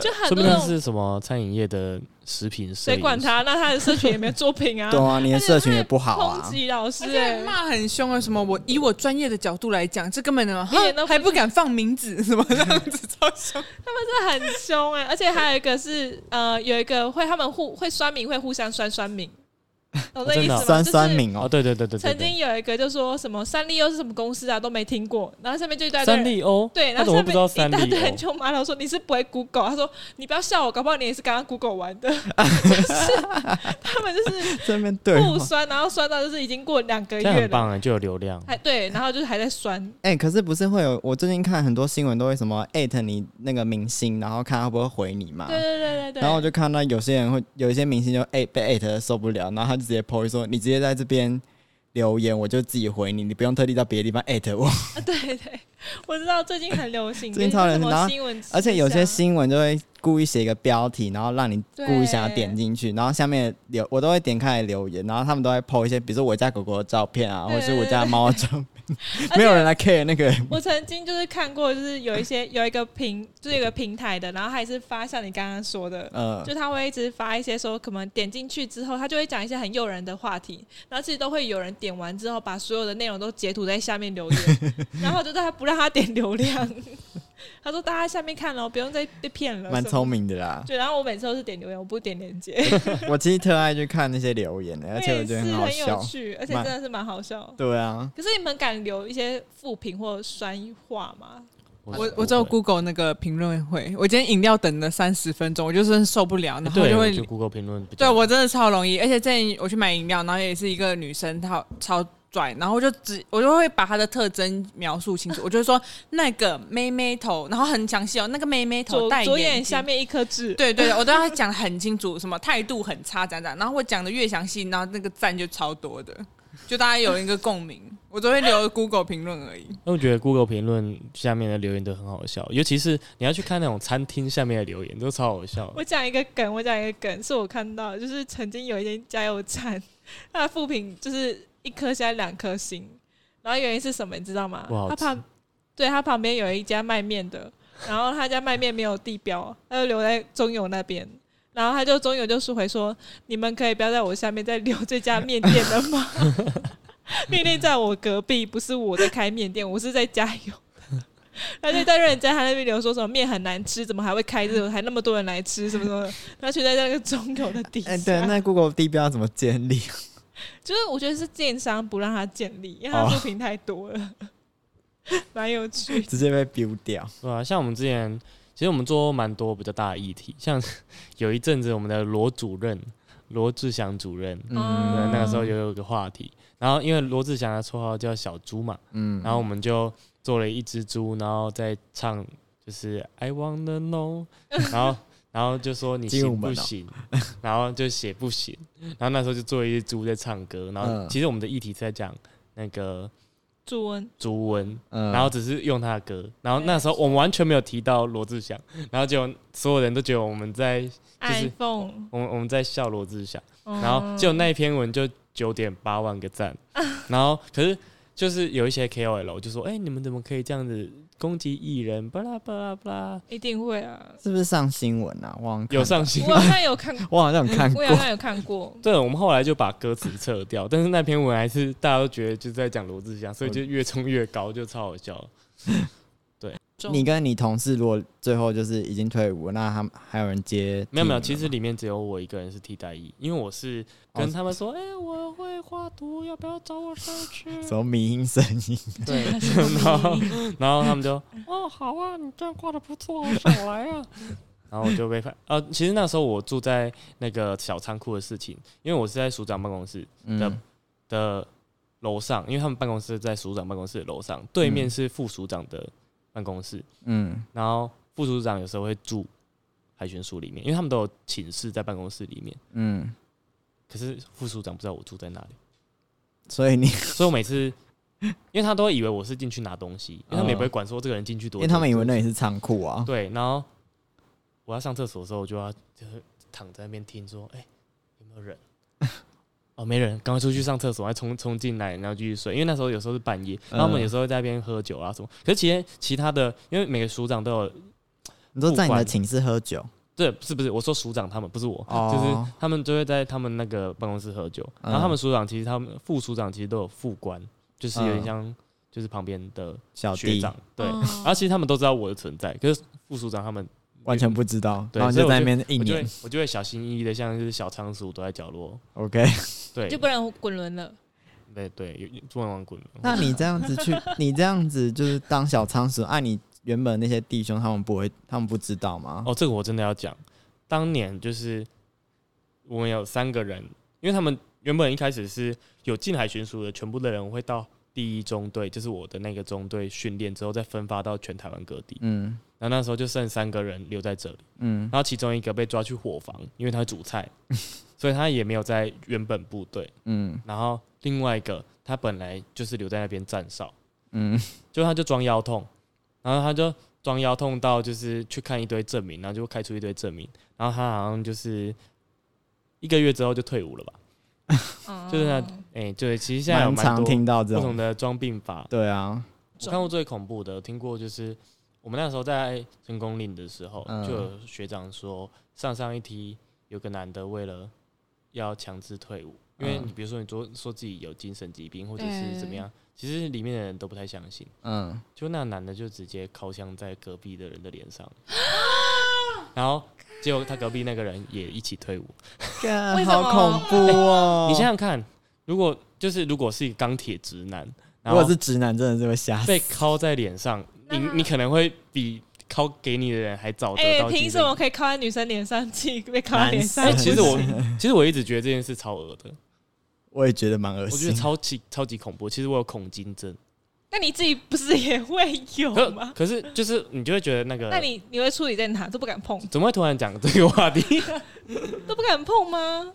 B: 就很
D: 说
B: 多
D: 不
B: 那
D: 定
B: 种
D: 是什么餐饮业的食品摄
B: 谁
D: 影师
B: 管？他？那他的社群也没有作品啊
F: 对，啊，你的社群也不好
B: 抨
F: 啊。
B: 击老师
A: 而且
B: 欸，
A: 骂很凶啊，什么我以我专业的角度来讲，这根本呢
B: 一点都不
A: 还不敢放名字，什 么这样子超凶。
B: 他们是很凶哎，而且还有一个是呃，有一个会他们互会酸民会互相酸酸民，懂这意思
D: 真的
B: 吗？
D: 啊
C: 酸酸
B: 就是
C: 敏
D: 哦，
C: 哦，
D: 对对对对对
B: 曾经有一个就说什么三丽鸥是什么公司啊，都没听过，然后下面就一大堆
D: 三
B: 人。
D: 丽鸥，
B: 对，然
D: 他
B: 后下面
D: 怎么会不知道
B: 一
D: 三哦丽
B: 大堆人
D: 鸥？
B: 就骂他说你是不会 Google，他说你不要笑我，搞不好你也是刚刚 Google 完 的，就是他们就是
C: 这边对话
B: 互酸，然后酸到就是已经过两个
D: 这样
B: 月
D: 很
B: 了，
D: 棒啊，就有流量。
B: 还对，然后就是还在酸，
C: 哎、可是不是会有？我最近看很多新闻都会什么艾特你那个明星，然后看他会不会回你嘛。
B: 对对对对对，
C: 啊然后我就看到有些人会有一些明星就哎被艾特得受不了，然后他就直接 po 说你直接在这边留言，我就自己回你，你不用特地到别的地方艾特我。
B: 啊对对，我知道最近很流行，
C: 最近超流行
B: 就是什么
C: 然后
B: 新闻之下，
C: 而且有些新闻就会故意写一个标题，然后让你故意想要点进去，然后下面留我都会点开来留言，然后他们都会 po 一些比如说我家狗狗的照片啊，
B: 对
C: 或者是我家猫的照片，
B: 而且
C: 没有人来 care 那个。
B: 我曾经就是看过，就是有一些有一个平，就是有一个平台的，然后它也是发像你刚刚说的，
C: 呃，
B: 就他会一直发一些说，可能点进去之后，他就会讲一些很诱人的话题，然后其实都会有人点完之后，把所有的内容都截图在下面留言，然后就是他不让他点流量， 他说大家下面看了，不用再被骗了，
C: 蛮
B: 什么
C: 聪明的啦
B: 的。。对，然后我每次都是点留言，我不点链接，
C: 我其实特爱去看那些留言的，而且我
B: 也
C: 觉
B: 是
C: 得很好
B: 很有
C: 笑。
B: 趣，而且真
C: 蛮
B: 的是蛮好笑。
C: 对啊，
B: 可是你们敢留一些负评或酸话吗？
A: 我我只有 Google 那个评论会，我今天饮料等了三十分钟，我就真的受不了，然
D: 哎
A: 后
D: 对，
A: 就
D: 我
A: 会
D: 去 Google 评论比较，
A: 对我真的超容易，而且之前我去买饮料，然后也是一个女生，她超拽，然后我就只我就会把她的特征描述清楚，我就会说那个妹妹头，然后很详细哦，那个妹妹头
B: 左
A: 戴
B: 左
A: 眼
B: 眼
A: 镜
B: 下。面一颗痣，
A: 对对，对我都要讲得很清楚，什么态度很差，怎样怎样。然后我讲的越详细，然后那个赞就超多的，就大家有一个共鸣。我都会留 Google 评论而已。
D: 因为我觉得 Google 评论下面的留言都很好笑，尤其是你要去看那种餐厅下面的留言，都超好笑。
B: 我讲一个梗，我讲一个梗，是我看到，就是曾经有一间加油站，它的副品就是一颗现在两颗星，然后原因是什么，你知道吗
D: 不好？
B: 它
D: 吃
B: 旁对它旁边有一家卖面的，然后他家卖面没有地标，他就留在中友那边。然后他就中友就说回说，你们可以不要在我下面再留这家面店了吗？面店在我隔壁，不是我在开面店，我是在加油。他就在认真他那边留说什么面很难吃，怎么还会开这种，还那么多人来吃什么什么的，然后就在那个中友的底下。
C: 哎、对，那 Google 地标怎么建立？
B: 就是我觉得是建商不让他建立，因为他
C: 哦
B: 作品太多了，蛮有趣 的。
C: 直接被 biu 掉。
D: 对啊，像我们之前，其实我们做过蛮多比较大的议题，像 有一阵子我们的罗主任罗志祥主任，对，
B: 嗯
D: 那个时候也有一个话题，然后因为罗志祥的绰号叫小猪嘛，
C: 嗯，
D: 然后我们就做了一只猪，然后再唱就是 I wanna know，然后然后就说你
C: 进入
D: 行
C: 门
D: 不
C: 哦
D: 行，然后就写不行，然后那时候就做一只猪在唱歌，然后
C: 嗯
D: 其实我们的议题是在讲那个
B: 朱温
D: 猪瘟，
C: 嗯
D: 然后只是用他的歌，然后那时候我们完全没有提到罗志祥，然后就所有人都觉得我们在
B: iPhone，
D: 我们我们在笑罗志祥。
B: 嗯
D: 然后就那一篇文就九点八万个赞，然后可是就是有一些 KOL 就说，哎、你们怎么可以这样子攻击艺人？巴拉巴拉巴拉，
B: 一定会啊。
C: 是不是上新闻啊？我好像看
D: 有，上新
B: 我
D: 吗？。
B: 好像有看，
C: 我好像有看
B: 我
C: 过
B: 也。好像有看过
D: 对，我们后来就把歌词撤掉，但是那篇文还是大家都觉得就是在讲罗志祥，所以就越冲越高，就超好笑。
C: 你跟你同事如果最后就是已经退伍了，那他们还有人接？
D: 没有没有，其实里面只有我一个人是替代役，因为我是跟
C: 嗯哦
D: 他们说，哎、我会画图，要不要找我上去？
C: 什么迷音声音？
D: 对，然后然后他们就，哦，好啊，你这样画的不错，想来啊。然后我就被派，呃，其实那时候我住在那个小仓库的事情，因为我是在署长办公室
C: 嗯，
D: 的楼上，因为他们办公室在署长办公室的楼上，对面是副署长的办公室，
C: 嗯，
D: 然后副署长有时候会住海巡署里面，因为他们都有寝室在办公室里面，
C: 嗯，
D: 可是副署长不知道我住在哪里。
C: 所以你，
D: 所以我每次，因为他都会以为我是进去拿东西，因为他们也不会管说这个人进去多
C: 因
D: 久，
C: 为他们以为那里是仓库啊。
D: 对。然后我要上厕所的时候，我就要就是躺在那边听说，哎、有没 有人？哦，没人，刚快出去上厕所，还冲冲进来，然后继续睡。因为那时候有时候是半
C: 嗯
D: 夜，然后我们有时候在那边喝酒啊什么。可是其实其他的，因为每个署长都有
C: 你都在你
D: 不
C: 的
D: 管
C: 寝室喝酒，
D: 对，不是不是，我说署长他们不是我，
C: 哦
D: 就是他们就会在他们那个办公室喝酒，
C: 嗯
D: 然后他们署长其实他们副署长其实都有副官，就是有点
C: 嗯
D: 像就是旁边的
C: 小
D: 学
C: 弟
D: 长，对，
B: 嗯
D: 然后其实他们都知道我的存在，可是副署长他们
C: 完全不知道，
D: 对
C: 然后你
D: 所以
C: 就
D: 我
C: 在那边
D: 就
C: 一
D: 我就会
C: 年
D: 我就会小心翼翼的，像是小仓鼠躲在角落，
C: ，OK。
D: 对，
B: 就不能滚轮了。
D: 对对，有有不能玩滚轮，
C: 那你这样子 去，你这样子就是当小仓鼠，按、你原本那些弟兄他们不会，他们不知道吗？
D: 哦，这个我真的要讲，当年就是我们有三个人，因为他们原本一开始是有进海巡署的，全部的人会到第一中队，就是我的那个中队训练之后，再分发到全台湾各地。
C: 嗯
D: 然后那时候就剩三个人留在这里，
C: 嗯
D: 然后其中一个被抓去伙房，因为他会煮 菜，所以他也没有在原本部队。
C: 嗯
D: 然后另外一个他本来就是留在那边站哨，
C: 嗯，
D: 就他就装腰痛，然后他就装腰痛到就是去看一堆证明，然后就开出一堆证明，然后他好像就是一个月之后就退伍了吧？就是那
B: 嗯
D: 哎、对，其实现在有
C: 蛮
D: 蛮
C: 常
D: 多
C: 听到这
D: 不同
C: 种，
D: 的装病法，
C: 对啊，
D: 我看过最恐怖的，听过就是我们那时候在成功岭的时候，
C: 嗯
D: 就有学长说上上一梯有个男的为了要强制退伍，因为
C: 嗯
D: 你比如说你说说自己有精神疾病或者是怎么样，其实里面的人都不太相信。
C: 嗯，
D: 就那男的就直接靠枪在隔壁的人的脸 上，然后结果他隔壁那个人也一起退伍。
C: 干
B: 为什么
C: 好恐怖哦！
D: 你想想看，如果就是如果是一个钢铁直男，
C: 如
D: 然
C: 果
D: 后
C: 是直男，真的是会吓死。
D: 被敲在脸上，你
B: 那
D: 你可能会比敲给你的人还早得
B: 哎
D: 到，
B: 凭
D: 精
B: 什
D: 神。
B: 么可以靠在女生脸上去，被靠在脸上
C: 男
D: 哎，
C: 生
B: 不行？
D: 其实我其实我一直觉得这件事超恶的，
C: 我也觉得蛮恶
D: 我
C: 心。
D: 觉得超级超级恐怖。其实我有恐惊症，
B: 那你自己不是也会有
D: 可
B: 吗？
D: 可是就是你就会觉得那个
B: 那你你会处理在哪都不敢碰，
D: 怎么会突然讲这个话题，
B: 都不敢碰吗？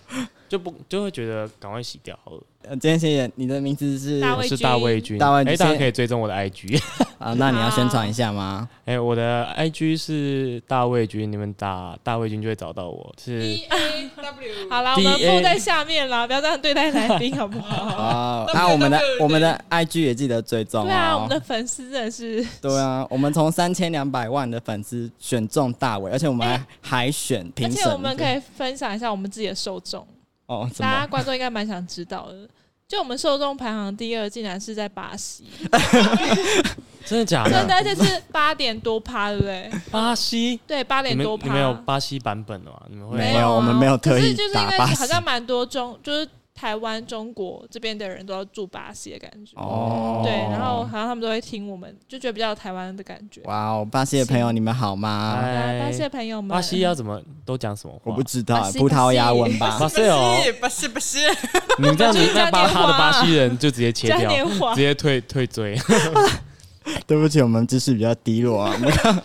D: 就不就会觉得赶快洗掉好了。
C: 呃今天谢谢你的名字是
B: 大
D: 我
B: 卫
D: 是
B: 君
D: 大卫君，
C: 大卫君
D: 哎，大家可以追踪我的 IG，
C: 啊，那你要宣传一下吗？
D: 哎、我的 IG 是大卫君，你们打大卫君就会找到我。是
A: D E A W
B: 好啦，我
D: D A
B: 们铺在下面啦，不要这样对待来宾好不
D: 啊
B: 好？
C: 哦，那我们的
A: 对对对
C: 我们的 IG 也记得追踪
B: 对啊，我
C: 哦
B: 们。的粉丝真的是
C: 对啊，我们从三千两百万的粉丝选中大伟，而且我们还海选
B: 而
C: 评
B: 且
C: 审。
B: 我们可以分享一下我们自己的受众，
C: 哦，怎
B: 大
C: 么
B: 家观众应该蛮想知道的。就我们受众排行第二，竟然是在巴 西，
D: 真的假
B: 真
D: 的？
B: 的就是八点多趴，对不对？
D: 巴西，
B: 对，八
D: 你
B: 点
D: 们
B: 多
D: 你
B: 趴。
D: 们有巴西版本的吗？你们会
C: 没
B: 有啊，
C: 有我们没有特
B: 可
C: 意
B: 是就是因
C: 打
B: 为
C: 巴
B: 好
C: 西
B: 像蛮多中，就是台湾、中国这边的人都要住巴西的感觉。
C: 哦，
B: 对，然后好像他们都会听我们，就觉得比较有台湾的感觉。
C: 哇哦，巴西的朋友你们好吗？
B: 来，啊巴
D: 嗨
B: 西的朋友们，
D: 哎巴西要怎么都讲什么话？
C: 啊我不知
B: 巴
C: 道，
B: 西
C: 葡萄牙文
D: 巴
C: 吧？
D: 西哦，
A: 不是不是，
D: 你们这样子
B: 就是
D: 那
B: 嘉
D: 巴
B: 年华
D: 哈的巴西人就直接切
B: 嘉
D: 掉，
B: 年华
D: 直，接退退追。
C: 对不起，我们知识比较低落啊。我们刚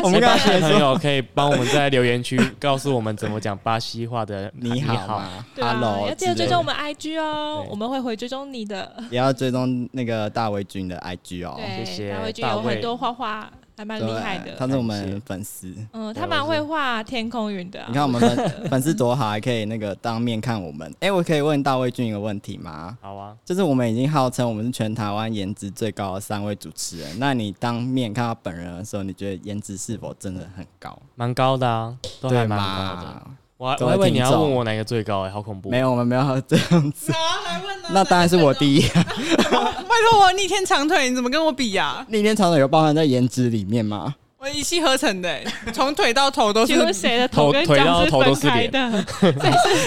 C: 我们刚
D: 哎巴
C: 刚
D: 西的
C: 才
D: 朋
C: 说
D: 友可以帮我们在留言区告诉我们怎么讲巴西话的。
C: 你好吗
B: 对啊，
C: ？Hello，
B: 要记得
C: 之
B: 追踪
C: 类的
B: 我们 IG 哦
D: 对，
B: 我们会回追踪你的。
C: 也要追踪那个大维君的 IG 哦。
B: 对，
D: 谢谢
B: 大卫君
D: 大
B: 有
D: 卫
B: 很多画画，还蛮
C: 对，
B: 厉害
C: 他
B: 的。
C: 是我们粉丝。你
B: 嗯，他蛮会画天空云的啊。
C: 看我们 粉粉丝多好，还可以那个当面看我们。哎、我可以问大卫君一个问题吗？
D: 好啊，
C: 就是我们已经号称我们是全台湾颜值最高的三位主持人，那你当面看到本人的时候，你觉得颜值是否真的很高？
D: 蛮高的啊，都还
C: 对
D: 蛮高的。
C: 吗？
D: 我还
C: 各
D: 我
C: 位
D: 还以为你
C: 听
D: 要
C: 众
D: 问我哪个最高哎、好恐怖。
C: 没有，我们没有 这样子。
A: 来问啊
C: 那当然是我第一。
A: 拜托我逆天长腿，你怎么跟我比呀、
C: 逆天长腿有包含在颜值里 面吗？
A: 我一气呵成的、欸从腿到头都是
B: 请。问谁的头
D: 头
B: 跟
D: 腿
B: 脚
D: 到
B: 是
D: 头都
B: 分
D: 是
B: 开
D: 脸
B: 的？ 谁是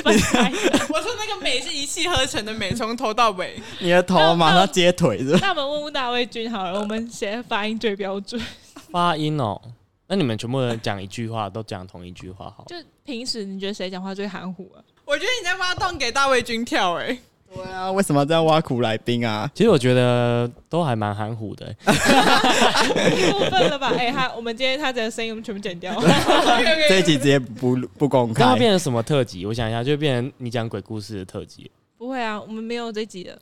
B: 分开的？
A: 我说那个美是一气呵成的美，从头到尾。
C: 你的头马上接腿是吧？
B: 那我们问问大卫君好了，我们谁的发音最标准？
D: 发音哦。那你们全部人讲一句话，都讲同一句话好。
B: 就平时你觉得谁讲话最含糊啊？
A: 我觉得你在挖洞给大卫军跳、哎，
C: 对啊，为什么要这样挖苦来宾啊？
D: 其实我觉得都还蛮含糊的、欸
B: 过分了吧？哎、他我们今天他的声音我们全部剪掉，
C: 这一集直接不不公
D: 刚
C: 开
D: 刚。变成什么特辑？我想一下，就变成你讲鬼故事的特辑。
B: 不会啊，我们没有这集的。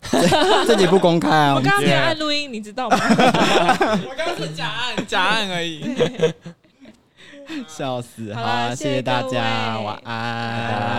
C: 这集不公开啊！
B: 我
C: 我
B: 刚刚没有
C: 们
D: 直接
B: 按录音，你知道吗？
A: 我刚刚是假案，假案而已。
C: 笑死！
B: 好
C: 好
B: 啦
C: 啊，
B: 谢
C: 谢
B: 谢
C: 谢大
B: 各位
C: 家，晚安。
D: 拜拜